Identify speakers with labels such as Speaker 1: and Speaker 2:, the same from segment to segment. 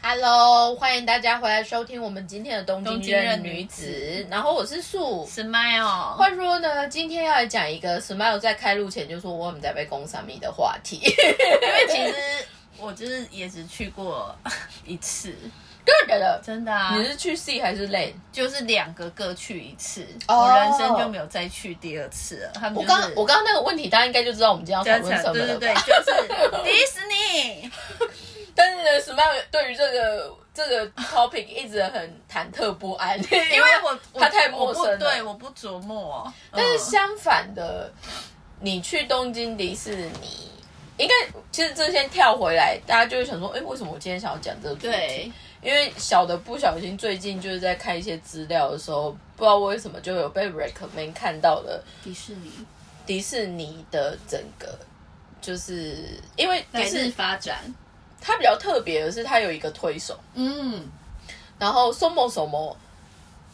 Speaker 1: Hello，欢迎大家回来收听我们今天的《东
Speaker 2: 东
Speaker 1: 京
Speaker 2: 京
Speaker 1: 任
Speaker 2: 任
Speaker 1: 女
Speaker 2: 女
Speaker 1: 子
Speaker 2: 子》
Speaker 1: 然后我是素。
Speaker 2: Smile，
Speaker 1: 话说呢，今天要来讲一个 Smile 在开录前就说我们在被攻三米的话 题，
Speaker 2: 因为其实我就是也只去过 一次，
Speaker 1: 真的。
Speaker 2: 真的啊
Speaker 1: 你，是去 C 还是 Lane？
Speaker 2: 就是两个各去一次，
Speaker 1: 哦
Speaker 2: 我人生就没有再去第二次了。他们
Speaker 1: 我
Speaker 2: 就是
Speaker 1: 刚我刚刚那个问题，大家应该就知道我们今天要讨论
Speaker 2: 加
Speaker 1: 什
Speaker 2: 强
Speaker 1: 么
Speaker 2: 对
Speaker 1: 了
Speaker 2: 对
Speaker 1: 吧？
Speaker 2: 啊对，就是迪士尼。
Speaker 1: 但是呢，Smile 对于这个这个 topic 一直很忐忑不安， 因
Speaker 2: 因为我我
Speaker 1: 他太陌
Speaker 2: 我不
Speaker 1: 生了
Speaker 2: 对，我不琢磨。
Speaker 1: 但是
Speaker 2: 嗯
Speaker 1: 相反的，你去东京迪士尼，应该其实这先跳回来，大家就会想说，哎、为什么我今天想要讲这个主题？
Speaker 2: 对，
Speaker 1: 因为小的不小心最近就是在看一些资料的时候，不知道为什么就有被 recommend 看到了
Speaker 2: 迪士尼
Speaker 1: 迪士尼的整个，就是因为迪士尼
Speaker 2: 发展，
Speaker 1: 它比较特别的是，它有一个推手，
Speaker 2: 嗯，
Speaker 1: 然后什么什么。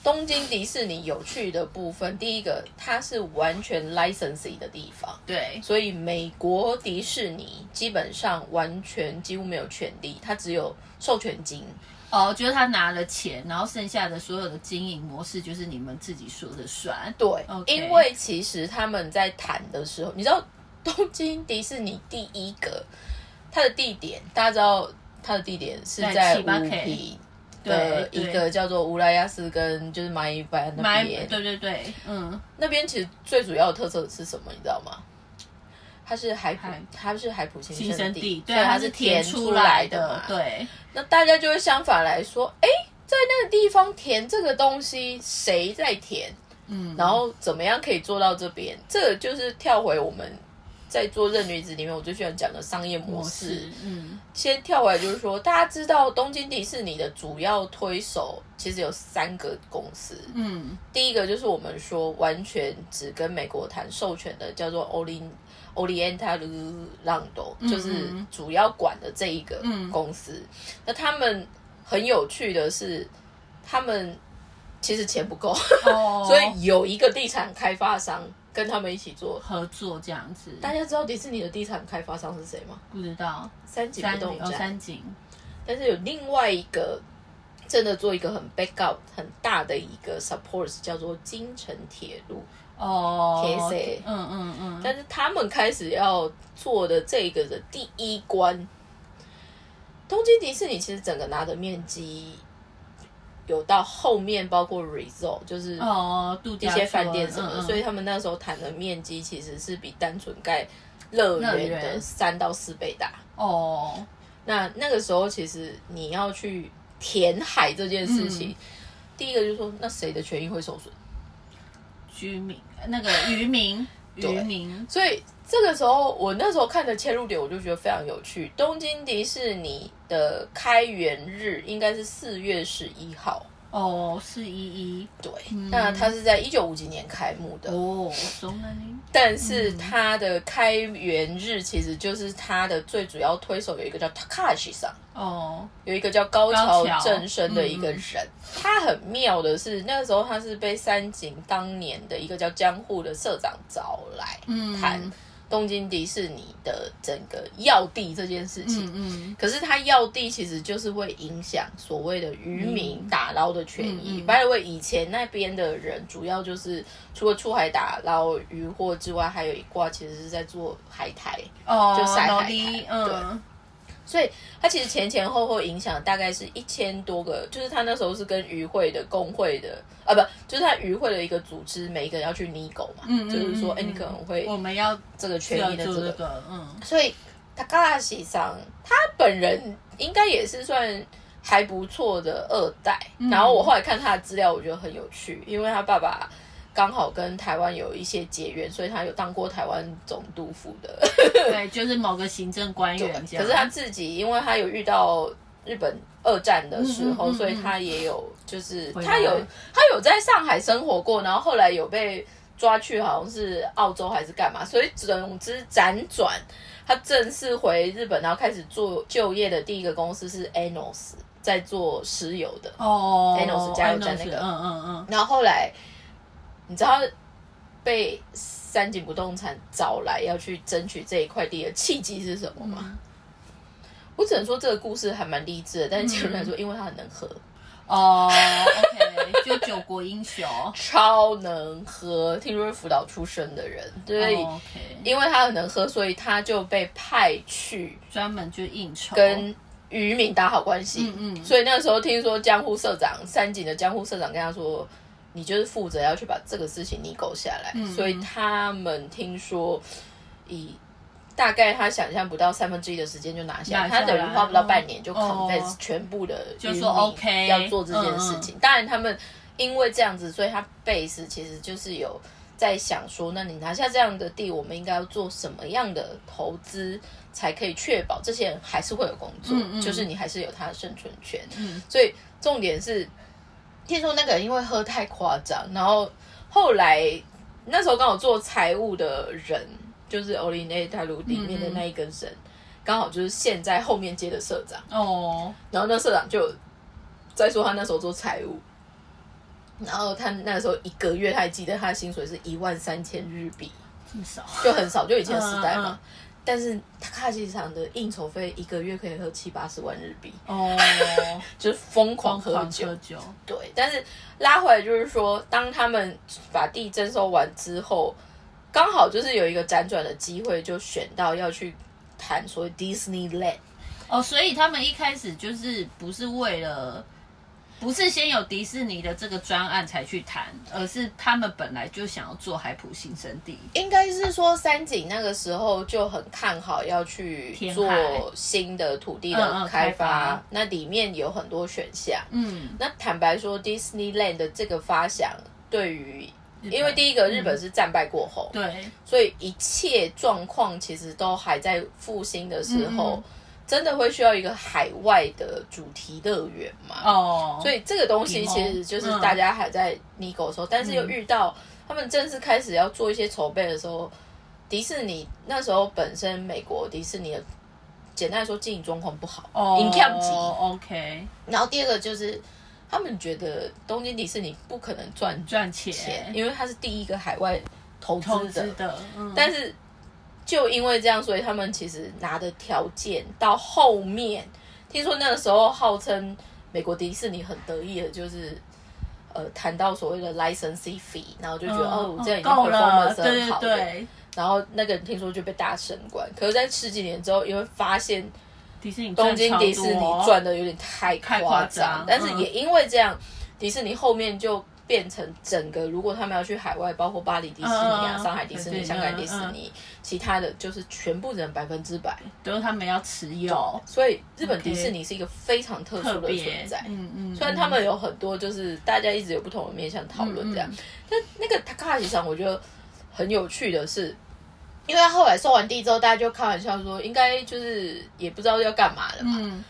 Speaker 1: 东京迪士尼有趣的部分，第一个，它是完全 licensee 的地方，
Speaker 2: 对，
Speaker 1: 所以美国迪士尼基本上完全几乎没有权利，它只有授权金。
Speaker 2: 哦，就是他拿了钱，然后剩下的所有的经营模式就是你们自己说的算。
Speaker 1: 对
Speaker 2: OK
Speaker 1: 因为其实他们在谈的时候，你知道东京迪士尼第一个它的地点，大家知道它的地点是
Speaker 2: 在
Speaker 1: 在
Speaker 2: 七八
Speaker 1: 乌
Speaker 2: K
Speaker 1: 皮的
Speaker 2: 对
Speaker 1: 一个叫做乌拉亚斯跟就是蚂蚁班那
Speaker 2: 买
Speaker 1: 边，
Speaker 2: 对对对，嗯，
Speaker 1: 那边其实最主要的特色是什么，你知道吗？它是海普
Speaker 2: 海，
Speaker 1: 它是海普新
Speaker 2: 新生地，
Speaker 1: 地，
Speaker 2: 对
Speaker 1: 所以
Speaker 2: 啊，
Speaker 1: 它
Speaker 2: 它是
Speaker 1: 填
Speaker 2: 填
Speaker 1: 出
Speaker 2: 出
Speaker 1: 来
Speaker 2: 来
Speaker 1: 的嘛
Speaker 2: 的，对，
Speaker 1: 那大家就会相反来说，哎，在那个地方填这个东西，谁在填？
Speaker 2: 嗯，
Speaker 1: 然后怎么样可以做到这边？这个就是跳回我们在做任女子里面，我最喜欢讲的商业模
Speaker 2: 模
Speaker 1: 式。
Speaker 2: 式，嗯，
Speaker 1: 先跳回来就是说，大家知道东京迪士尼的主要推手其实有三个公司，
Speaker 2: 嗯，
Speaker 1: 第一个就是我们说完全只跟美国谈授权的，叫做 Olin Oriental Lando，、就是
Speaker 2: 嗯
Speaker 1: 主要管的这一个公司。
Speaker 2: 嗯
Speaker 1: 那他们很有趣的是，他们其实钱不够，
Speaker 2: 哦，
Speaker 1: 所以有一个地产开发商跟他们一起做。
Speaker 2: 合作这样子，
Speaker 1: 大家知道迪士尼的地产开发商是谁吗？
Speaker 2: 不知道
Speaker 1: 三井
Speaker 2: 三
Speaker 1: 不
Speaker 2: 井
Speaker 1: 动
Speaker 2: 哦
Speaker 1: 产。
Speaker 2: 三井，
Speaker 1: 但是有另外一个真的做一个很 back up 很大的一个 support，叫做京城铁路。
Speaker 2: 哦，
Speaker 1: KSA
Speaker 2: 嗯嗯嗯，
Speaker 1: 但是他们开始要做的这个的第一关，东京迪士尼其实整个拿的面积有到后面包括 resort 就是
Speaker 2: 哦，度
Speaker 1: 一
Speaker 2: 假
Speaker 1: 些
Speaker 2: 村
Speaker 1: 饭店什么的，
Speaker 2: 嗯嗯
Speaker 1: 所以他们那时候谈的面积其实是比单纯盖乐
Speaker 2: 乐
Speaker 1: 园的
Speaker 2: 园
Speaker 1: 三到四倍大。
Speaker 2: 哦，
Speaker 1: 那那个时候其实你要去填海这件事情，
Speaker 2: 嗯
Speaker 1: 第一个就是说，那谁的权益会受损？
Speaker 2: 居民那个渔民，
Speaker 1: 对
Speaker 2: 渔民，
Speaker 1: 所以这个时候，我那时候看的切入点，我就觉得非常有趣。东京迪士尼的开园日应该是四月十一号，
Speaker 2: 哦，是一一，
Speaker 1: 对，那它是在一九五几年开幕的，
Speaker 2: 哦，松南林，
Speaker 1: 但是它的开园日其实就是它的最主要推手有一个叫 Takashi 上。
Speaker 2: 哦，
Speaker 1: 有一个叫高桥
Speaker 2: 高桥
Speaker 1: 正生的一个人，他很妙的是，那个时候他是被三井当年的一个叫江户的社长找来
Speaker 2: 嗯
Speaker 1: 谈东京迪士尼的整个要地这件事情。
Speaker 2: 嗯嗯，
Speaker 1: 可是他要地其实就是会影响所谓的渔民打捞的权益。
Speaker 2: 嗯嗯
Speaker 1: by the way，以前那边的人主要就是除了出海打捞渔获之外，还有一挂其实是在做海苔。
Speaker 2: 哦，
Speaker 1: 就晒
Speaker 2: 劳
Speaker 1: 海
Speaker 2: 力
Speaker 1: 苔
Speaker 2: 嗯，
Speaker 1: 所以它其实前前后后影响大概是一千多个，就是他那时候是跟渔会的工会的啊，不，就是他渔会的一个组织，每一个人要去 n e g o 嘛，
Speaker 2: 嗯嗯
Speaker 1: 就是说，
Speaker 2: 嗯
Speaker 1: 哎、你
Speaker 2: 嗯
Speaker 1: 可能会
Speaker 2: 我们要
Speaker 1: 这个权益的这
Speaker 2: 做这
Speaker 1: 个，
Speaker 2: 个， 嗯，
Speaker 1: 所以 Takahashi 桑他本人应该也是算还不错的二代。然后我后来看他的资料，我觉得很有趣，因为他爸爸。刚好跟台湾有一些结缘，所以他有当过台湾总督府的
Speaker 2: 对，就是某个行政官员这
Speaker 1: 可
Speaker 2: 样。
Speaker 1: 是他自己，因为他有遇到日本二战的时候，
Speaker 2: 嗯嗯嗯嗯
Speaker 1: 所以他也有就是
Speaker 2: 回来
Speaker 1: 他有他有在上海生活过，然后后来有被抓去好像是澳洲还是干嘛，所以总之辗转，他正式回日本，然后开始做就业的第一个公司是 Anos，在做石油的，
Speaker 2: 哦
Speaker 1: Anos 加油站那
Speaker 2: Anos，
Speaker 1: 个
Speaker 2: 嗯嗯嗯，
Speaker 1: 然后后来你知道被三井不动产找来要去争取这一块地的契机是什么吗？我只能说这个故事还蛮励志的，但是结论来说，因为它很能喝，
Speaker 2: 哦，OK，就 九国英雄。
Speaker 1: 超能喝，听说是辅导出身的人，所以、
Speaker 2: o k
Speaker 1: 因为他很能喝，所以他就被派去
Speaker 2: 专门就应酬
Speaker 1: 跟渔民打好关系。
Speaker 2: 嗯嗯
Speaker 1: 所以那时候听说江户社长三井的江户社长跟他说，你就是负责要去把这个事情拟狗下来。
Speaker 2: 嗯
Speaker 1: 所以他们听说以。大概他想象不到三分之一的时间就拿下，
Speaker 2: 拿
Speaker 1: 来，
Speaker 2: 下
Speaker 1: 他
Speaker 2: 来
Speaker 1: 等于花不到半年就
Speaker 2: 哦
Speaker 1: convince 全部的渔
Speaker 2: 就
Speaker 1: 民
Speaker 2: 说 OK，嗯
Speaker 1: 要做这件事情。当然，他们因为这样子，所以他 base 其实就是有在想说，那你拿下这样的地，我们应该要做什么样的投资，才可以确保这些人还是会有工作，
Speaker 2: 嗯嗯
Speaker 1: 就是你还是有他的生存权。
Speaker 2: 嗯
Speaker 1: 所以重点是，听说那个人因为喝太夸张，然后后来那时候刚好做财务的人，就是 o l i n a 泰鲁里面的那一根
Speaker 2: 嗯
Speaker 1: 绳，刚、好就是现在后面接的社长。
Speaker 2: 哦，
Speaker 1: 然后那社长就有在说他那时候做财务，然后他那时候一个月他还记得他的薪水是一万三千日币，
Speaker 2: 这么少，
Speaker 1: 就很少，就以前的时代嘛。
Speaker 2: 嗯嗯
Speaker 1: 但是他卡西场的应酬费一个月可以喝七八十万日币，
Speaker 2: 哦，
Speaker 1: 就是疯
Speaker 2: 狂
Speaker 1: 狂喝
Speaker 2: 喝
Speaker 1: 酒。
Speaker 2: 酒，酒
Speaker 1: 对，但是拉回来就是说，当他们把地征收完之后，刚好就是有一个辗转的机会，就选到要去谈所谓 Disneyland。
Speaker 2: 哦，所以他们一开始就是不是为了。不是先有迪士尼的这个专案才去谈，而是他们本来就想要做海普新生地。
Speaker 1: 应该是说三井那个时候就很看好要去
Speaker 2: 填海
Speaker 1: 做新的土地
Speaker 2: 嗯
Speaker 1: 的
Speaker 2: 嗯
Speaker 1: 开
Speaker 2: 开
Speaker 1: 发，
Speaker 2: 发
Speaker 1: 那里面有很多选项。
Speaker 2: 嗯，
Speaker 1: 那坦白说，Disneyland 的这个发想对于，
Speaker 2: 日本嗯
Speaker 1: 因为第一个日本是战败过后，
Speaker 2: 对，
Speaker 1: 所以一切状况其实都还在复兴的时
Speaker 2: 嗯
Speaker 1: 候，
Speaker 2: 嗯
Speaker 1: 真的会需要一个海外的主题乐园吗？
Speaker 2: 哦，
Speaker 1: 所以这个东西
Speaker 2: 底
Speaker 1: 其
Speaker 2: 毛
Speaker 1: 实就是
Speaker 2: 嗯
Speaker 1: 大家还在 n e g o 的时候，但是又遇到他们正式开始要做一些筹备的时候，迪士尼那时候本身美国迪士尼的简单来说经营状况不好，
Speaker 2: 哦
Speaker 1: 影响级。
Speaker 2: ，OK，
Speaker 1: 然后第二个就是他们觉得东京迪士尼不可能赚
Speaker 2: 赚
Speaker 1: 钱，
Speaker 2: 钱，
Speaker 1: 因为它是第一个海外投资
Speaker 2: 投
Speaker 1: 者，
Speaker 2: 资的，嗯
Speaker 1: 但是就因为这样，所以他们其实拿的条件到后面，听说那个时候号称美国迪士尼很得意的，就是呃谈到所谓的 licensee fee，然后就觉得、哦，这样已经
Speaker 2: 嗯够了，
Speaker 1: performance
Speaker 2: 对
Speaker 1: 很
Speaker 2: 对
Speaker 1: 好了
Speaker 2: 对，
Speaker 1: 然后那个人听说就被大升官，可是，在十几年之后，因为发现
Speaker 2: 迪士尼
Speaker 1: 东
Speaker 2: 赚
Speaker 1: 京
Speaker 2: 超
Speaker 1: 迪士尼
Speaker 2: 多哦
Speaker 1: 赚的有点太
Speaker 2: 太
Speaker 1: 夸
Speaker 2: 夸张
Speaker 1: 但是
Speaker 2: 嗯
Speaker 1: 也因为这样，迪士尼后面就变成整个，如果他们要去海外，包括巴黎迪士尼啊、
Speaker 2: 嗯嗯嗯嗯
Speaker 1: 上海迪士
Speaker 2: 对
Speaker 1: 尼、
Speaker 2: 对
Speaker 1: 香港迪士尼，其他的就是全部人百分之百。
Speaker 2: 都是他们要持有，
Speaker 1: 所以日本
Speaker 2: OK
Speaker 1: 迪士尼是一个非常特
Speaker 2: 特
Speaker 1: 殊的
Speaker 2: 别
Speaker 1: 存在。
Speaker 2: 嗯嗯，
Speaker 1: 虽然他们有很多就是大家一直有不同的面向讨论这样
Speaker 2: 嗯，
Speaker 1: 但那个 Takahashi 上我觉得很有趣的是，因为他后来收完地之后，大家就开玩笑说，应该就是也不知道要干嘛了嘛。
Speaker 2: 嗯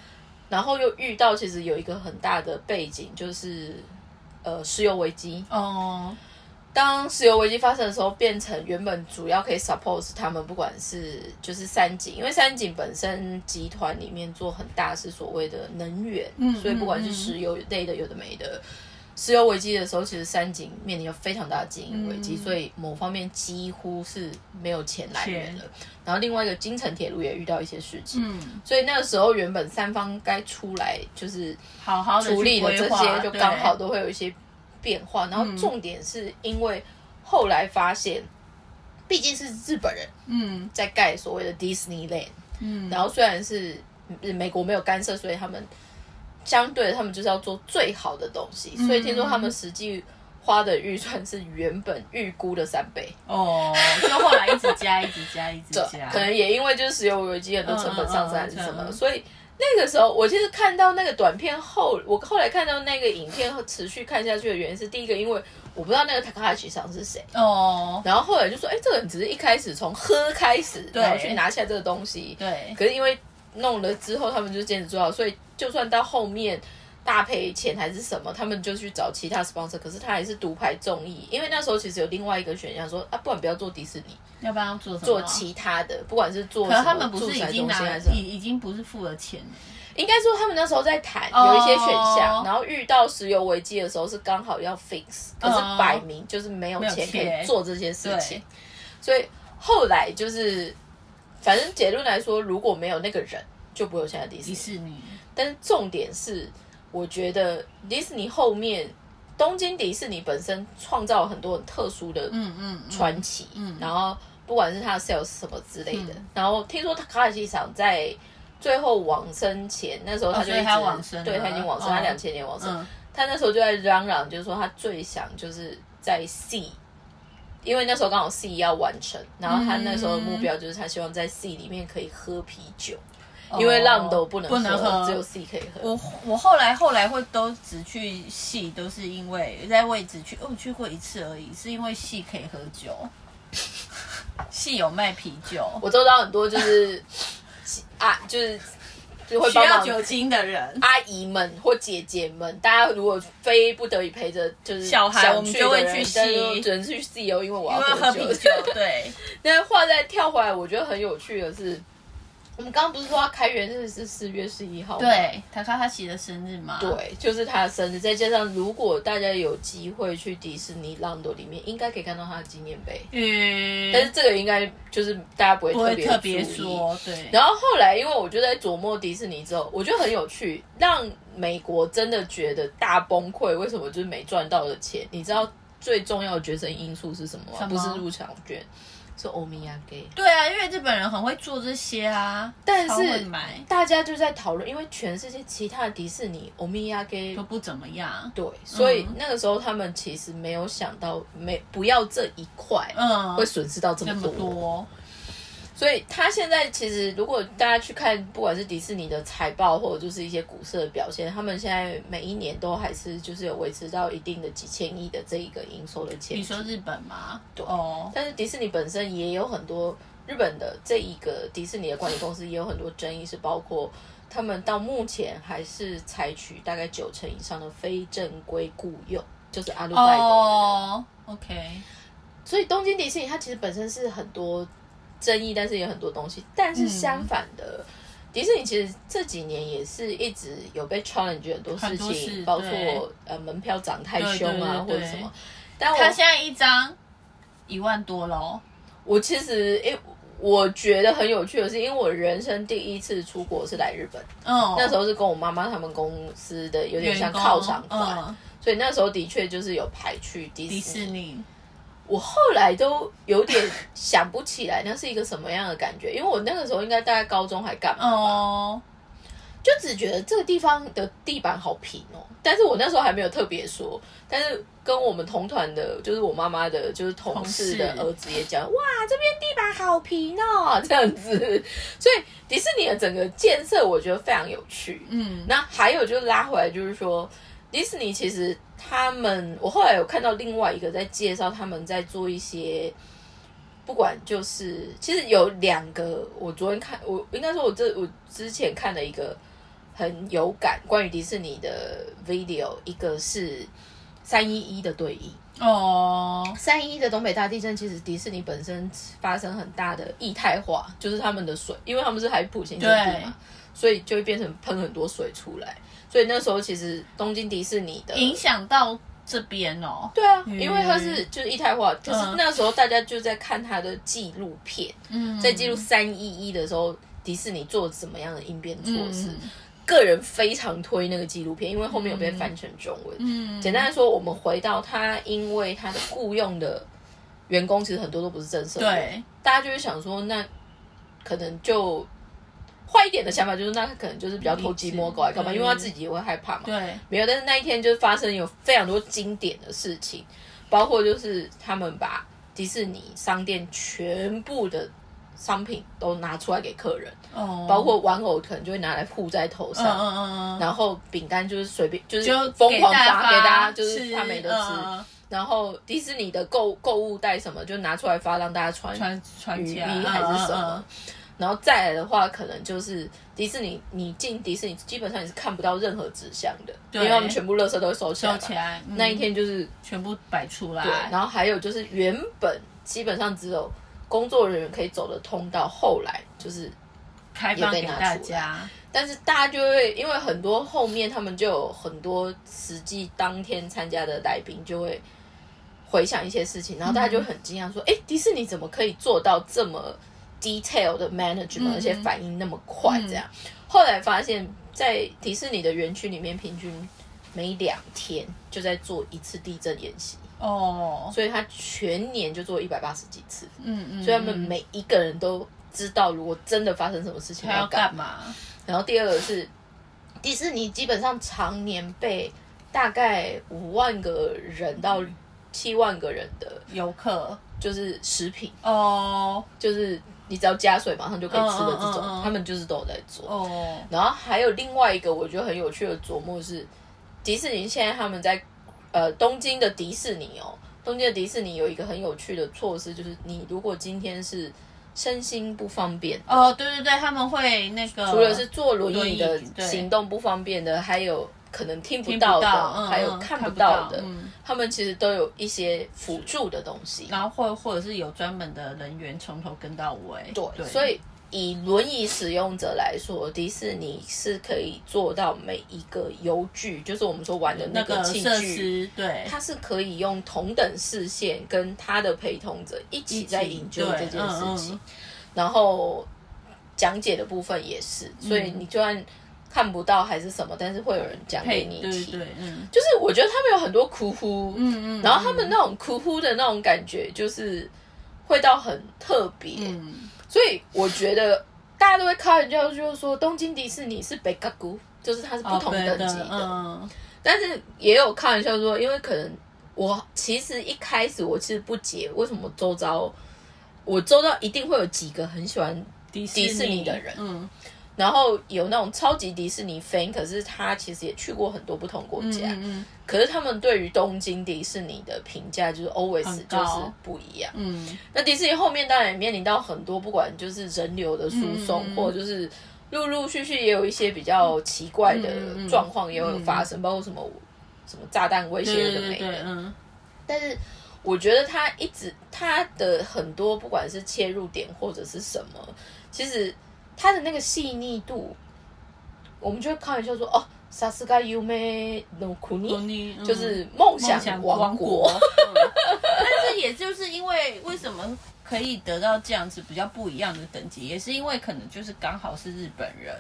Speaker 1: 然后又遇到其实有一个很大的背景，就是呃石油危机。
Speaker 2: 哦，
Speaker 1: 当石油危机发生的时候，变成原本主要可以 support 他们，不管是就是三井，因为三井本身集团里面做很大是所谓的能源，
Speaker 2: 嗯
Speaker 1: 所以不管是
Speaker 2: 嗯嗯
Speaker 1: 石油类的有的没的。石油危机的时候，其实三井面临有非常大的经营危机，
Speaker 2: 嗯
Speaker 1: 所以某方面几乎是没有钱来源
Speaker 2: 钱
Speaker 1: 了。然后另外一个京城铁路也遇到一些事情，
Speaker 2: 嗯，
Speaker 1: 所以那个时候原本三方该出来就是
Speaker 2: 好好的
Speaker 1: 处理的这些，就刚好
Speaker 2: 的
Speaker 1: 都会有一些变化。然后重点是因为后来发现，毕竟是日本人
Speaker 2: 嗯
Speaker 1: 在盖所谓的 Disneyland，
Speaker 2: 嗯，
Speaker 1: 然后虽然是呃美国没有干涉，所以他们相对他们就是要做最好的东西，所以听说他们实际。花的预算是原本预估的三倍，
Speaker 2: 哦，就后来一直加，一直加，一直 加，
Speaker 1: 可能也因为就是石油危机很多成本上升还是什么，
Speaker 2: 嗯嗯嗯嗯
Speaker 1: 所以那个时候我其实看到那个短片后，我后来看到那个影片后持续看下去的原因是，第一个因为我不知道那个 Takahashi 上是谁，
Speaker 2: 哦，
Speaker 1: 然后后来就说，哎、这个人只是一开始从喝开始，
Speaker 2: 对
Speaker 1: 然后去拿下这个东西，
Speaker 2: 对，
Speaker 1: 可是因为弄了之后他们就坚持做到，所以就算到后面。大赔钱还是什么，他们就去找其他 sponsor，可是他还是独排众议，因为那时候其实有另外一个选项说啊，不然不要做迪士尼，
Speaker 2: 要不然要做什么？
Speaker 1: 做其他的，不管是做
Speaker 2: 哦可
Speaker 1: 什
Speaker 2: 是
Speaker 1: 么
Speaker 2: 他们不
Speaker 1: 住
Speaker 2: 是已
Speaker 1: 宅中
Speaker 2: 经
Speaker 1: 心
Speaker 2: 拿
Speaker 1: 还是什么
Speaker 2: 已已经不是付了钱了，
Speaker 1: 应该说他们那时候在谈
Speaker 2: 哦
Speaker 1: 有一些选项，然后遇到石油危机的时候是刚好要 fix，可是摆明就是没有
Speaker 2: 嗯没
Speaker 1: 钱
Speaker 2: 有
Speaker 1: 可
Speaker 2: 钱
Speaker 1: 以做这些事情，所以后来就是，反正结论来说，如果没有那个人，就不会有现在迪士
Speaker 2: 迪
Speaker 1: 尼。
Speaker 2: 士尼，
Speaker 1: 但是重点是，我觉得迪士尼后面东京迪士尼本身创造了很多很特殊的
Speaker 2: 嗯嗯嗯，
Speaker 1: 传奇，
Speaker 2: 嗯
Speaker 1: 然后不管是他的 sales 什么之类的，
Speaker 2: 嗯
Speaker 1: 然后听说卡卡西厂在最后往生前，那时候他就
Speaker 2: 哦所
Speaker 1: 一
Speaker 2: 以
Speaker 1: 直、
Speaker 2: 他往生了
Speaker 1: 对他已经往生，
Speaker 2: 哦
Speaker 1: 他两千年往生，
Speaker 2: 嗯
Speaker 1: 他那时候就在嚷嚷，就是说他最想就是在 C。因为那时候刚好 C 要完成，然后他那时候的目标就是他希望在 C 里面可以喝啤酒，因为浪斗不
Speaker 2: 哦
Speaker 1: 能
Speaker 2: 不能喝
Speaker 1: 只有 C 可以喝。
Speaker 2: 我我后来后来会都只去戏，都是因为在位置去，哦我去过一次而已，是因为戏可以喝酒，戏有卖啤酒，
Speaker 1: 我周遭很多就是 啊，就是就会
Speaker 2: 需
Speaker 1: 帮
Speaker 2: 要
Speaker 1: 忙啊
Speaker 2: 酒精的人。
Speaker 1: 阿姨们或姐姐们，大家如果非不得已陪着就是
Speaker 2: 小孩
Speaker 1: 想
Speaker 2: 我们
Speaker 1: 去
Speaker 2: 就
Speaker 1: 的
Speaker 2: 会
Speaker 1: 人
Speaker 2: 去
Speaker 1: 但是
Speaker 2: 吸
Speaker 1: 只能去 C 游，因为我
Speaker 2: 因
Speaker 1: 要
Speaker 2: 为喝啤酒，对，
Speaker 1: 那话再跳回来，我觉得很有趣的是，我们刚刚不是说要开园日是四月十一号吗？
Speaker 2: 对，塔卡哈奇的生日嘛，，
Speaker 1: 对，就是他的生日，再加上如果大家有机会去迪士尼浪斗里面，应该可以看到他的纪念碑。
Speaker 2: 嗯，
Speaker 1: 但是这个应该就是大家不会
Speaker 2: 不
Speaker 1: 特
Speaker 2: 会
Speaker 1: 别
Speaker 2: 特别
Speaker 1: 注意
Speaker 2: 说，对，
Speaker 1: 然后后来，因为我就在琢磨迪士尼之后，我觉得很有趣，让美国真的觉得大崩溃。为什么就是没赚到的钱？你知道最重要的决胜因素是什么吗？
Speaker 2: 什么
Speaker 1: 不是入场券，是欧米亚给。
Speaker 2: 对啊，因为日本人很会做这些啊，
Speaker 1: 但
Speaker 2: 超会
Speaker 1: 是
Speaker 2: 买
Speaker 1: 大家就在讨论，因为全世界其他的迪士尼欧米亚给
Speaker 2: 都嗯不怎么样，
Speaker 1: 对，所以那个时候他们其实没有想到没不要这一块。
Speaker 2: 嗯
Speaker 1: 会，损失到这
Speaker 2: 这
Speaker 1: 么
Speaker 2: 么
Speaker 1: 多，
Speaker 2: 多，
Speaker 1: 所以他现在其实，如果大家去看，不管是迪士尼的财报，或者就是一些股市的表现，他们现在每一年都还是就是有维持到一定的几千亿的这一个营收的前
Speaker 2: 你
Speaker 1: 提。
Speaker 2: 说日本吗？哦，
Speaker 1: 但是迪士尼本身也有很多日本的这一个迪士尼的管理公司也有很多争议，是包括他们到目前还是采取大概九成以上的非正规雇佣，就是阿鲁拜的。
Speaker 2: 哦，OK，
Speaker 1: 所以东京迪士尼它其实本身是很多争议，但是也有很多东西。但
Speaker 2: 嗯
Speaker 1: 是相反的，迪士尼其实这几年也是一直有被 challenge 很多事
Speaker 2: 很多事
Speaker 1: 情，包
Speaker 2: 对
Speaker 1: 括呃门票涨太凶啊，
Speaker 2: 对对对对
Speaker 1: 或者什么。但我
Speaker 2: 他现在一张一万多喽，
Speaker 1: 我其实诶、我觉得很有趣的是，因为我人生第一次出国是来日本，
Speaker 2: 嗯，
Speaker 1: 那时候是跟我妈妈他们公司的有点
Speaker 2: 员
Speaker 1: 像
Speaker 2: 工
Speaker 1: 犒赏团，
Speaker 2: 嗯，
Speaker 1: 所以那时候的确就是有排去迪
Speaker 2: 迪
Speaker 1: 士尼
Speaker 2: 士。尼，
Speaker 1: 我后来都有点想不起来那是一个什么样的感觉，因为我那个时候应该大概高中还干嘛吧，
Speaker 2: 哦，
Speaker 1: 就只觉得这个地方的地板好平哦。但是我那时候还没有特别说，但是跟我们同团的，就是我妈妈的，就是同事的
Speaker 2: 同事
Speaker 1: 儿子也讲，哇，这边地板好平哦，这样子。所以迪士尼的整个建设，我觉得非常有趣。
Speaker 2: 嗯，
Speaker 1: 那还有就是拉回来，就是说迪士尼其实他们，我后来有看到另外一个在介绍他们在做一些，不管就是其实有两个，我昨天看，我应该说我这我之前看了一个很有感关于迪士尼的 video，一个是三一一的对应。
Speaker 2: 哦，
Speaker 1: 三一的东北大地震，其实迪士尼本身发生很大的液态化，就是他们的水，因为他们是海普行政地
Speaker 2: 对
Speaker 1: 嘛，所以就会变成喷很多水出来。所以那时候其实东京迪士尼的
Speaker 2: 影响到这边哦，
Speaker 1: 对啊，
Speaker 2: 嗯
Speaker 1: 因为它是就是液态化，就是
Speaker 2: 嗯
Speaker 1: 那时候大家就在看它的纪录片，
Speaker 2: 嗯，
Speaker 1: 在记录三一一的时候，迪士尼做怎么样的应变措施。
Speaker 2: 嗯
Speaker 1: 个人非常推那个纪录片，因为后面有被翻成中文。
Speaker 2: 嗯，
Speaker 1: 简单来说，我们回到他，因为他的雇佣的员工其实很多都不是正社员，
Speaker 2: 对，
Speaker 1: 大家就会想说，那可能就坏一点的想法就是，那他可能就是比较偷鸡摸狗来啊干嘛？
Speaker 2: 嗯
Speaker 1: 因为他自己也会害怕嘛。
Speaker 2: 对，
Speaker 1: 没有，但是那一天就发生有非常多经典的事情，包括就是他们把迪士尼商店全部的商品都拿出来给客人，
Speaker 2: 哦，
Speaker 1: 包括玩偶可能就会拿来护在头
Speaker 2: 嗯
Speaker 1: 上，
Speaker 2: 嗯嗯嗯，
Speaker 1: 然后饼干就是随便就是
Speaker 2: 就
Speaker 1: 疯狂
Speaker 2: 家
Speaker 1: 发给大家，
Speaker 2: 发
Speaker 1: 就是他没得吃。
Speaker 2: 嗯
Speaker 1: 然后迪士尼的购购物袋什么就拿出来发，让大家穿
Speaker 2: 传传嗯
Speaker 1: 雨
Speaker 2: 家
Speaker 1: 衣还是什么。然后再来的话，可能就是迪士尼，你进迪士尼基本上你是看不到任何纸箱的，因
Speaker 2: 对
Speaker 1: 为他们全部垃圾都会收起来
Speaker 2: 收
Speaker 1: 嘛。
Speaker 2: 起来，嗯哎
Speaker 1: 那一天就是
Speaker 2: 全部摆出来，
Speaker 1: 对，然后还有就是原本基本上只有工作人员可以走的通道，后来就是
Speaker 2: 开放给大家，
Speaker 1: 但是大家就会因为很多后面他们就有很多实际当天参加的来宾就会回想一些事情，然后大家就很惊讶说：“哎、迪士尼怎么可以做到这么 detail 的 management，、
Speaker 2: 嗯
Speaker 1: 而且反应那么快？”这样。后来发现，在迪士尼的园区里面，平均每两天就在做一次地震演习，
Speaker 2: 哦，
Speaker 1: 所以他全年就做一百八十几次，
Speaker 2: 嗯嗯，
Speaker 1: 所以他们每一个人都知道，如果真的发生什么事情
Speaker 2: 他要
Speaker 1: 干嘛。
Speaker 2: 干嘛？
Speaker 1: 然后第二个是迪士尼，基本上常年被大概五万个人到七万个人的，
Speaker 2: 游客
Speaker 1: 就是食品，
Speaker 2: 哦
Speaker 1: 就是你只要加水马上就可以吃的这种，
Speaker 2: 嗯嗯嗯嗯
Speaker 1: 他们就是都有在做。
Speaker 2: 哦，
Speaker 1: 然后还有另外一个我觉得很有趣的琢磨是，迪士尼现在他们在呃东京的迪士尼哦，东京的迪士尼有一个很有趣的措施，就是你如果今天是身心不方便，
Speaker 2: 哦，对对对，他们会那个，
Speaker 1: 除了是坐轮椅
Speaker 2: 嗯轮
Speaker 1: 的
Speaker 2: 椅对
Speaker 1: 行动不方便的，还有可能听不
Speaker 2: 听不
Speaker 1: 到的，
Speaker 2: 嗯
Speaker 1: 还有
Speaker 2: 嗯
Speaker 1: 看不
Speaker 2: 不
Speaker 1: 到的，
Speaker 2: 嗯
Speaker 1: 他们其实都有一些辅助的东西。
Speaker 2: 然后或或者是有专门的人员从头跟到尾，
Speaker 1: 对，所以以轮椅使用者来说，迪士尼是可以做到每一个游具，就是我们说玩的那
Speaker 2: 那个
Speaker 1: 器
Speaker 2: 设
Speaker 1: 具。
Speaker 2: 施对，
Speaker 1: 它是可以用同等视线跟他的陪同者一起在
Speaker 2: 一
Speaker 1: 研
Speaker 2: 起
Speaker 1: 究这件事
Speaker 2: 对嗯
Speaker 1: 情，
Speaker 2: 嗯
Speaker 1: 然后讲解的部分也是，所以你就算看不到还是什么，但是会有人讲
Speaker 2: 配
Speaker 1: 给你
Speaker 2: 对对
Speaker 1: 听。
Speaker 2: 对，嗯
Speaker 1: 就是我觉得他们有很多哭呼，
Speaker 2: 嗯嗯，
Speaker 1: 然后他们那种哭呼的那种感觉，就是会到很特别，
Speaker 2: 嗯
Speaker 1: 所以我觉得大家都会开玩笑，就是说东京迪士尼是北嘎咕，就是它是不同等级的，
Speaker 2: 哦嗯
Speaker 1: 但是也有开玩笑说，因为可能我其实一开始我其实不解为什么周遭我周遭一定会有几个很喜欢，
Speaker 2: 迪
Speaker 1: 迪士尼的人
Speaker 2: 嗯
Speaker 1: 然后有那种超级迪士尼 fan，可是他其实也去过很多不同国
Speaker 2: 嗯
Speaker 1: 家，
Speaker 2: 嗯
Speaker 1: 可是他们对于东京迪士尼的评价就是 always
Speaker 2: 很
Speaker 1: 就是
Speaker 2: 高
Speaker 1: 不一样。
Speaker 2: 嗯
Speaker 1: 那迪士尼后面当然也面临到很多，不管就是人流的输送，
Speaker 2: 嗯嗯
Speaker 1: 或者就是陆陆续续也有一些比较奇怪的
Speaker 2: 嗯嗯嗯
Speaker 1: 状况也有发生，包括什么什么炸弹威
Speaker 2: 对
Speaker 1: 胁
Speaker 2: 对
Speaker 1: 有的
Speaker 2: 对
Speaker 1: 没
Speaker 2: 对
Speaker 1: 的。
Speaker 2: 嗯
Speaker 1: 但是我觉得他一直他的很多不管是切入点或者是什么，其实他的那个细腻度，我们就会开玩笑说哦，萨斯嘎优美努库尼，
Speaker 2: 尼嗯
Speaker 1: 就是梦
Speaker 2: 梦
Speaker 1: 想
Speaker 2: 王
Speaker 1: 王
Speaker 2: 国
Speaker 1: 国。，
Speaker 2: 嗯但是也就是因为为什么可以得到这样子比较不一样的等级，也是因为可能就是刚好是日本人，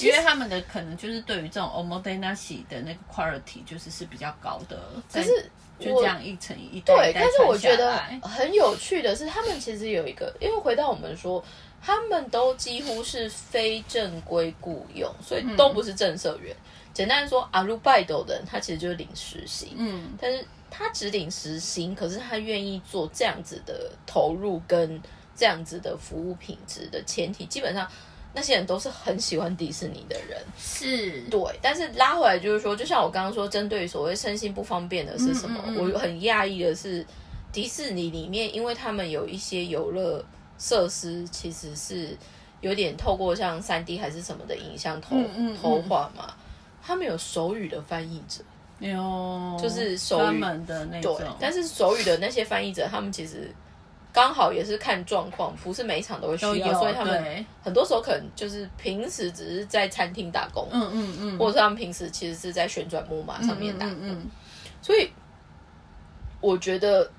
Speaker 2: 因为他们的可能就是对于这种 o m o d e n a s i 的那个 quality 就是是比较高的，
Speaker 1: 可
Speaker 2: 可
Speaker 1: 是
Speaker 2: 就
Speaker 1: 我
Speaker 2: 这样一层一代
Speaker 1: 对
Speaker 2: 一，代
Speaker 1: 但是我
Speaker 2: 传下
Speaker 1: 觉得
Speaker 2: 来
Speaker 1: 很有趣的是，他们其实有一个，因为回到我们说，他们都几乎是非正规雇佣，所以都不是正社员。简单说，阿鲁拜斗的人他其实就是领时薪，
Speaker 2: 嗯
Speaker 1: 但是他只领时薪，可是他愿意做这样子的投入跟这样子的服务品质的前提，基本上那些人都是很喜欢迪士尼的人。
Speaker 2: 是
Speaker 1: 对，但是拉回来就是说，就像我刚刚说，针对于所谓身心不方便的是什么，
Speaker 2: 嗯嗯嗯
Speaker 1: 我很讶异的是，迪士尼里面，因为他们有一些游乐设施，其实是有点透过像三 D 还是什么的影像投
Speaker 2: 嗯嗯嗯
Speaker 1: 投画嘛，他们有手语的翻译者，
Speaker 2: 有
Speaker 1: 就是手语
Speaker 2: 专门的那
Speaker 1: 对
Speaker 2: 种，，
Speaker 1: 但是手语的那些翻译者，他们其实刚好也是看状况，不是每一场都会需
Speaker 2: 都有
Speaker 1: 要，所以他们
Speaker 2: 对
Speaker 1: 很多时候可能就是平时只是在餐厅打工，
Speaker 2: 嗯嗯嗯，
Speaker 1: 或者是他们平时其实是在旋转木马上面打的，
Speaker 2: 嗯嗯
Speaker 1: 所以我觉得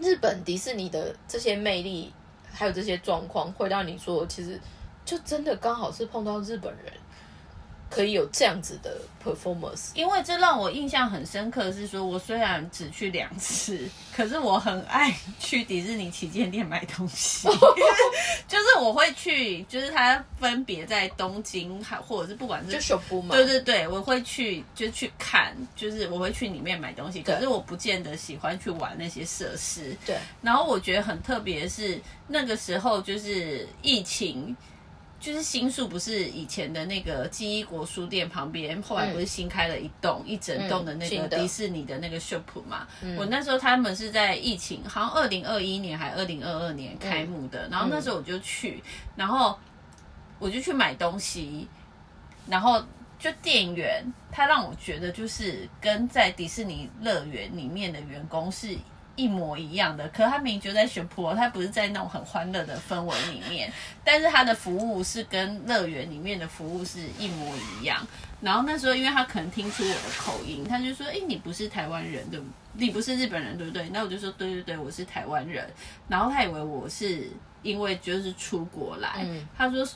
Speaker 1: 日本迪士尼的这些魅力，还有这些状况，会让你说，其实就真的刚好是碰到日本人可以有这样子的 performance，
Speaker 2: 因为这让我印象很深刻，是说我虽然只去两次，可是我很爱去迪士尼旗舰店买东 西， 就是我会去，就是它分别在东京，还或者是不管。
Speaker 1: 就是小布嘛，
Speaker 2: 对对对，我会去就去看，就是我会去里面买东西，可是我不见得喜欢去玩那些设施。
Speaker 1: 对
Speaker 2: 然后我觉得很特别的是，那个时候就是疫情，就是新宿不是以前的那个记忆国书店旁边，后来不是新开了一栋、一整栋的那
Speaker 1: 嗯
Speaker 2: 个
Speaker 1: 新的嗯
Speaker 2: 迪士尼的那个 shop 嘛？我那时候他们是在疫情，好像二零二一年还二零二二年开
Speaker 1: 嗯
Speaker 2: 幕的，然后那时候我就去，然后我就去买东西，然后就店员他让我觉得就是跟在迪士尼乐园里面的员工是一模一样的，可他明明就在学普，他不是在那种很欢乐的氛围里面，但是他的服务是跟乐园里面的服务是一模一样。然后那时候，因为他可能听出我的口音，他就说：“哎、你不是台湾人对不？你不是日本人对不对？”那我就说：“对对对，我是台湾人。”然后他以为我是因为就是出国来，
Speaker 1: 嗯
Speaker 2: 他说：“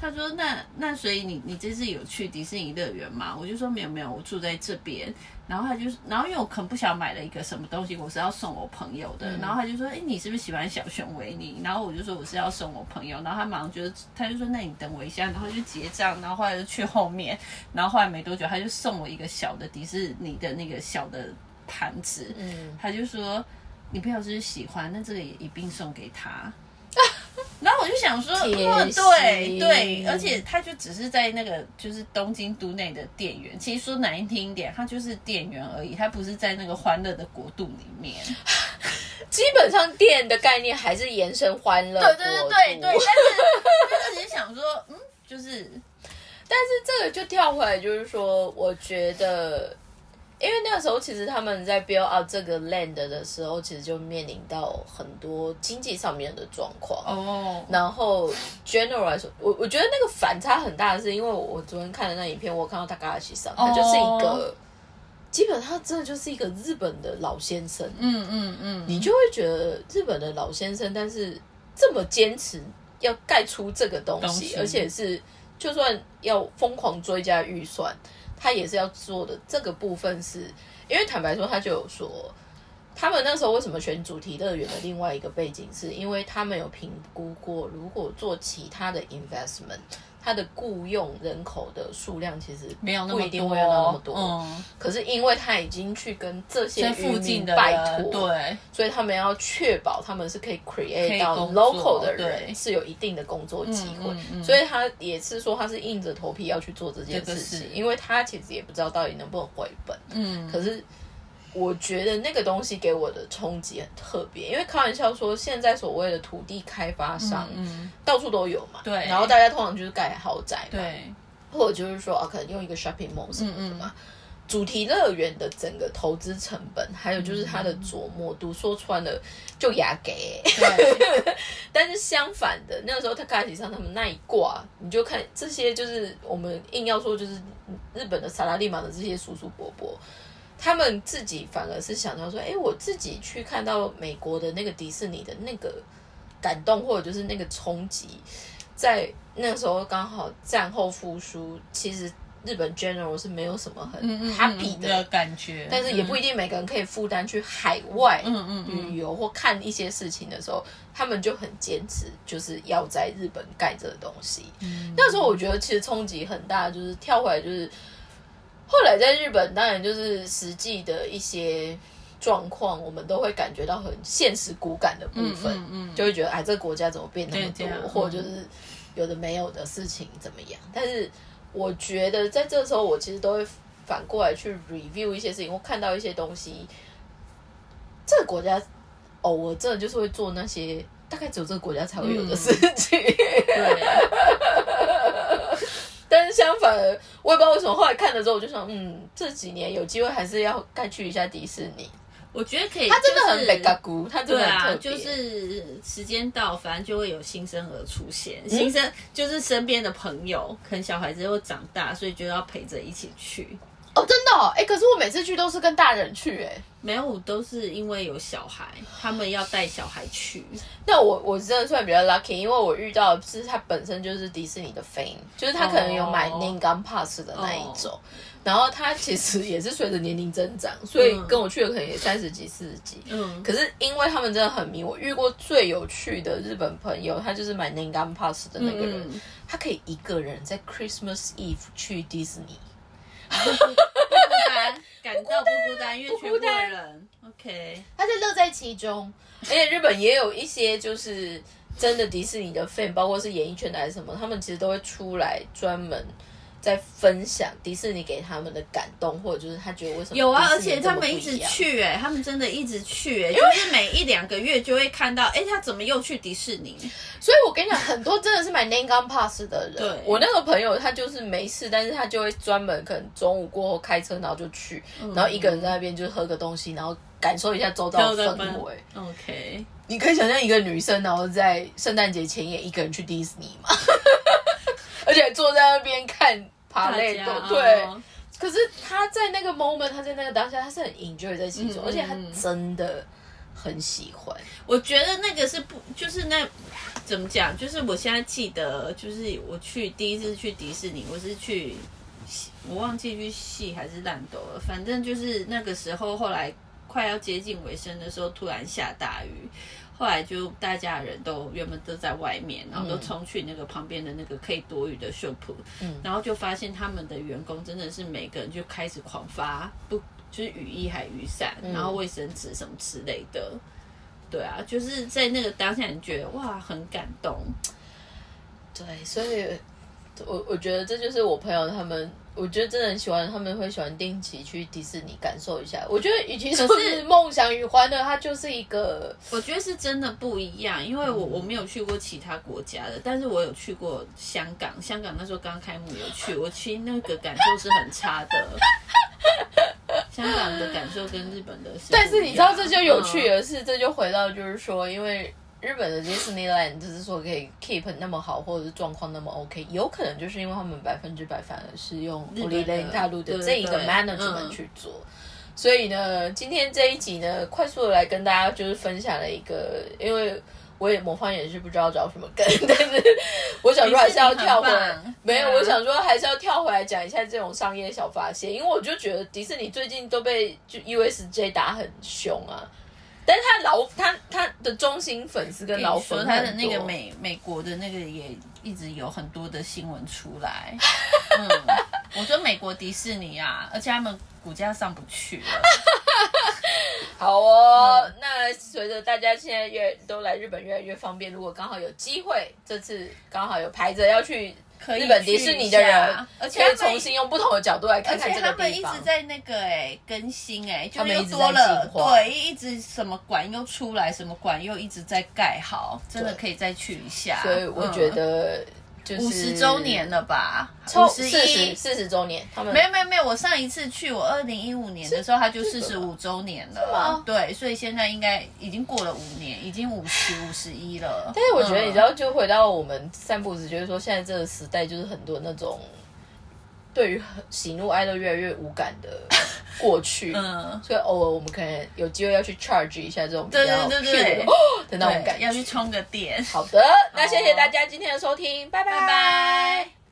Speaker 2: 他说那那所以你你这次有去迪士尼乐园吗？我就说没有没有，我住在这边。然后他就然后因为我可能不想买了一个什么东西，我是要送我朋友的。然后他就说，哎、你是不是喜欢小熊维尼？然后我就说我是要送我朋友。然后他马上就他就说那你等我一下，然后就结账，然后后来就去后面，然后后来没多久他就送我一个小的迪士尼的那个小的盘子，
Speaker 1: 嗯，
Speaker 2: 他就说你朋友是不是喜欢，那这个也一并送给他。然后我就想说，
Speaker 1: 贴
Speaker 2: 哇，对
Speaker 1: 心
Speaker 2: 对，而且他就只是在那个就是东京都内的店员，其实说难听一点，他就是店员而已，他不是在那个欢乐的国度里面。
Speaker 1: 基本上店的概念还是延伸欢乐，
Speaker 2: 对对对对对，但，是但是只是想说，嗯，就是
Speaker 1: 但是这个就跳回来，就是说，我觉得，因为那个时候其实他们在 build up 这个 land 的时候，其实就面临到很多经济上面的状况。
Speaker 2: 哦，
Speaker 1: 然后 general 来说，我我觉得那个反差很大，是因为我我昨天看的那影片，我看到他嘎西上，他就是一
Speaker 2: 哦
Speaker 1: 个、基本上真的就是一个日本的老先生，
Speaker 2: 嗯嗯嗯，
Speaker 1: 你就会觉得日本的老先生，但是这么坚持要盖出这个东
Speaker 2: 东
Speaker 1: 西，
Speaker 2: 西
Speaker 1: 而且是就算要疯狂追加预算，他也是要做的。这个部分是因为坦白说，他就有说，他们那时候为什么选主题乐园的另外一个背景，是因为他们有评估过，如果做其他的 investment，他的雇佣人口的数量其实
Speaker 2: 没有那
Speaker 1: 不
Speaker 2: 么
Speaker 1: 一定
Speaker 2: 多，
Speaker 1: 会有那么多。
Speaker 2: 嗯，
Speaker 1: 可是因为他已经去跟这些
Speaker 2: 在附
Speaker 1: 渔
Speaker 2: 近
Speaker 1: 民
Speaker 2: 的
Speaker 1: 拜
Speaker 2: 人
Speaker 1: 托，
Speaker 2: 对，
Speaker 1: 所以他们要确保他们是可以
Speaker 2: 可
Speaker 1: create
Speaker 2: 以
Speaker 1: 到
Speaker 2: 工作
Speaker 1: local 的人
Speaker 2: 对
Speaker 1: 是有一定的工作机会，
Speaker 2: 嗯嗯嗯
Speaker 1: 所以他也是说他是硬着头皮要去做这件
Speaker 2: 这
Speaker 1: 事
Speaker 2: 个
Speaker 1: 情，
Speaker 2: 是
Speaker 1: 因为他其实也不知道到底能不能回本。
Speaker 2: 嗯，
Speaker 1: 可是我觉得那个东西给我的冲击很特别，因为开玩笑说现在所谓的土地开发商、
Speaker 2: 嗯，
Speaker 1: 到处都有嘛，
Speaker 2: 对
Speaker 1: 然后大家通常就是盖豪宅嘛，
Speaker 2: 对，
Speaker 1: 或者就是说啊，可能用一个 shopping mall 什么的嘛。主题乐园的整个投资成本，还有就是它的琢磨度，说穿了就牙给、
Speaker 2: 对，
Speaker 1: 但是相反的，那个时候他开始上他们那一挂，你就看这些就是我们硬要说就是日本的萨拉利玛的这些叔叔伯伯，他们自己反而是想到说，哎、我自己去看到美国的那个迪士尼的那个感动，或者就是那个冲击，在那时候刚好战后复苏，其实日本 general 是没有什么很
Speaker 2: 嗯嗯嗯
Speaker 1: happy 的，
Speaker 2: 的感觉，
Speaker 1: 但是也不一
Speaker 2: 定，
Speaker 1: 定每个人可以负担去海外，
Speaker 2: 嗯嗯嗯，
Speaker 1: 旅游或看一些事情的时候，他们就很坚持，就是要在日本盖这个东西。
Speaker 2: 嗯
Speaker 1: 那时候我觉得其实冲击很大，就是跳回来就是，后来在日本当然就是实际的一些状况，我们都会感觉到很现实骨感的部
Speaker 2: 嗯
Speaker 1: 分，
Speaker 2: 嗯嗯，
Speaker 1: 就会觉得哎，这个国家怎么变那么
Speaker 2: 对这样嗯
Speaker 1: 多，或者就是有的没有的事情怎么样？但是我觉得在这时候，我其实都会反过来去 review 一些事情，或看到一些东西，这个国家哦，我真的就是会做那些大概只有这个国家才会
Speaker 2: 嗯
Speaker 1: 有的事情。
Speaker 2: 对。
Speaker 1: 但是相反，我也不知道为什么后来看了之后，我就想，嗯，这几年有机会还是要该去一下迪士尼。
Speaker 2: 我觉得可以，
Speaker 1: 它真的
Speaker 2: 就
Speaker 1: 很
Speaker 2: 是
Speaker 1: 北嘎咕，它真
Speaker 2: 对
Speaker 1: 的
Speaker 2: 啊，
Speaker 1: 很特
Speaker 2: 就
Speaker 1: 别。
Speaker 2: 是时间到，反正就会有新生儿出现。新生就是身边的朋友，可能小孩子又长大，所以就要陪着一起去。
Speaker 1: 哦，真的、哦，哎、可是我每次去都是跟大人去、哎。
Speaker 2: 没有，都是因为有小孩，他们要带小孩去。
Speaker 1: 那我我真的算比较 lucky，因为我遇到的是他本身就是迪士尼的 fan，就是他可能有买
Speaker 2: 哦
Speaker 1: Name Gun Pass 的那一种 然后他其实也是随着年龄增长，所以跟我去的可能也三十几、四十几。
Speaker 2: 嗯，
Speaker 1: 可是因为他们真的很迷，我遇过最有趣的日本朋友，他就是买 Name Gun Pass 的那个人，
Speaker 2: 嗯
Speaker 1: 他可以一个人在 Christmas Eve 去迪士尼。
Speaker 2: 不孤单，感到不孤单，因为全部的人。OK，
Speaker 1: 他在乐在其中。而且日本也有一些就是真的迪士尼的 fan，包括是演艺圈的还是什么，他们其实都会出来专门在分享迪士尼给他们的感动，或者就是他觉得为什么
Speaker 2: 有啊，而
Speaker 1: 迪士
Speaker 2: 且
Speaker 1: 尼这
Speaker 2: 他
Speaker 1: 么不
Speaker 2: 们
Speaker 1: 样
Speaker 2: 一直。去、哎，他们真的一直去、哎，就是每一两个月就会看到，哎、他怎么又去迪士尼？
Speaker 1: 所以我跟你讲，很多真的是买 Name Gun Pass 的人
Speaker 2: 对，
Speaker 1: 我那个朋友他就是没事，但是他就会专门可能中午过后开车，然后就去，
Speaker 2: 嗯
Speaker 1: 然后一个人在那边就是喝个东西，然后感受一下周遭的氛围。
Speaker 2: OK，
Speaker 1: 你可以想象一个女生，然后在圣诞节前夜一个人去迪士尼嘛， 而且坐在那边看爬累
Speaker 2: 大
Speaker 1: 斗
Speaker 2: 家，
Speaker 1: 对。
Speaker 2: 哦
Speaker 1: 可是她在那个 moment，她在那个当下，她是很 enjoy 在其中，
Speaker 2: 嗯
Speaker 1: 而且她真的很喜欢。
Speaker 2: 我觉得那个是不，就是那怎么讲？就是我现在记得，就是我去第一次去迪士尼，我是去西，我忘记去戏还是烂斗了，反正就是那个时候，后来快要接近尾声的时候，突然下大雨。后来就大家人都原本都在外面，然后都冲去那个旁边的那个可以躲雨的秀铺，
Speaker 1: 嗯
Speaker 2: 然后就发现他们的员工真的是每个人就开始狂发不就是雨衣还雨伞，然后卫生纸什么之类的。对啊，就是在那个当下，你觉得哇，很感动。
Speaker 1: 对，所以我我觉得这就是我朋友他们，我觉得真的很喜欢，他们会喜欢定期去迪士尼感受一下。我觉得与其说
Speaker 2: 可是
Speaker 1: 是梦想与欢乐，它就是一个
Speaker 2: 我觉得是真的不一样，因为我
Speaker 1: 嗯
Speaker 2: 我没有去过其他国家的，但是我有去过香港，香港那时候刚开幕有去，我去那个感受是很差的。 香港的感受跟日本的是不一样，
Speaker 1: 但是你知道这就有趣
Speaker 2: 嗯
Speaker 1: 了，是这就回到就是说，因为日本的 Disneyland 就是说可以 keep 那么好，或者是状况那么 OK，有可能就是因为他们百分之百反而是用
Speaker 2: 日本
Speaker 1: o l
Speaker 2: 的
Speaker 1: i l a n 大陆的
Speaker 2: 对
Speaker 1: 这一个
Speaker 2: 对
Speaker 1: management
Speaker 2: 嗯
Speaker 1: 去做。所以呢，今天这一集呢，快速的来跟大家就是分享了一个，因为我也模仿也是不知道找什么梗， 但是我想说还是要跳回
Speaker 2: 迪士尼很棒，
Speaker 1: 没有，
Speaker 2: 对啊
Speaker 1: 我想说还是要跳回来讲一下这种商业小发现，因为我就觉得迪士尼最近都被就 USJ 打很凶啊，但是他老他他的忠心粉丝跟老
Speaker 2: 嗯你说
Speaker 1: 粉很多
Speaker 2: 他的那个美美国的那个也一直有很多的新闻出 来。嗯，我说美国迪士尼啊，而且他们股价上不去了。
Speaker 1: 好哦，那随着大家现在越都来日本越来越方便，如果刚好有机会，这次刚好有排着要去
Speaker 2: 可以
Speaker 1: 日本迪士尼的
Speaker 2: 去一下
Speaker 1: 人，
Speaker 2: 而且
Speaker 1: 可以
Speaker 2: 他们
Speaker 1: 重新用不同的角度来
Speaker 2: 而
Speaker 1: 看
Speaker 2: 且
Speaker 1: 看这
Speaker 2: 他
Speaker 1: 个
Speaker 2: 们一
Speaker 1: 地方
Speaker 2: 直。在那个哎、更新哎、就
Speaker 1: 他
Speaker 2: 是
Speaker 1: 们一
Speaker 2: 又
Speaker 1: 直
Speaker 2: 多了
Speaker 1: 在进化
Speaker 2: 对，一直什么馆又出来，什么馆又一直在盖好，真的
Speaker 1: 对
Speaker 2: 可以再去一下。
Speaker 1: 所以我觉得就是
Speaker 2: 嗯五十周年了吧，
Speaker 1: 凑，
Speaker 2: 五
Speaker 1: 四
Speaker 2: 十
Speaker 1: 十
Speaker 2: 一。
Speaker 1: 四十周年，他们
Speaker 2: 没有没有没有，我上一次去我二零一五年的时候，它就四十五周年
Speaker 1: 吗
Speaker 2: 了，对，所以现在应该已经过了五年，已经五十五十一了。
Speaker 1: 但是我觉得，你知
Speaker 2: 嗯
Speaker 1: 道，就回到我们散步时，就是说，现在这个时代，就是很多那种对于喜怒哀乐越来越无感的过去。
Speaker 2: 嗯，
Speaker 1: 所以偶尔我们可能有机会要去 charge 一下这种比较
Speaker 2: 对对对对
Speaker 1: pure 的那种感
Speaker 2: 对，要
Speaker 1: 觉
Speaker 2: 去。充个电。
Speaker 1: 好的，那谢谢大家今天的收听，拜
Speaker 2: 拜拜。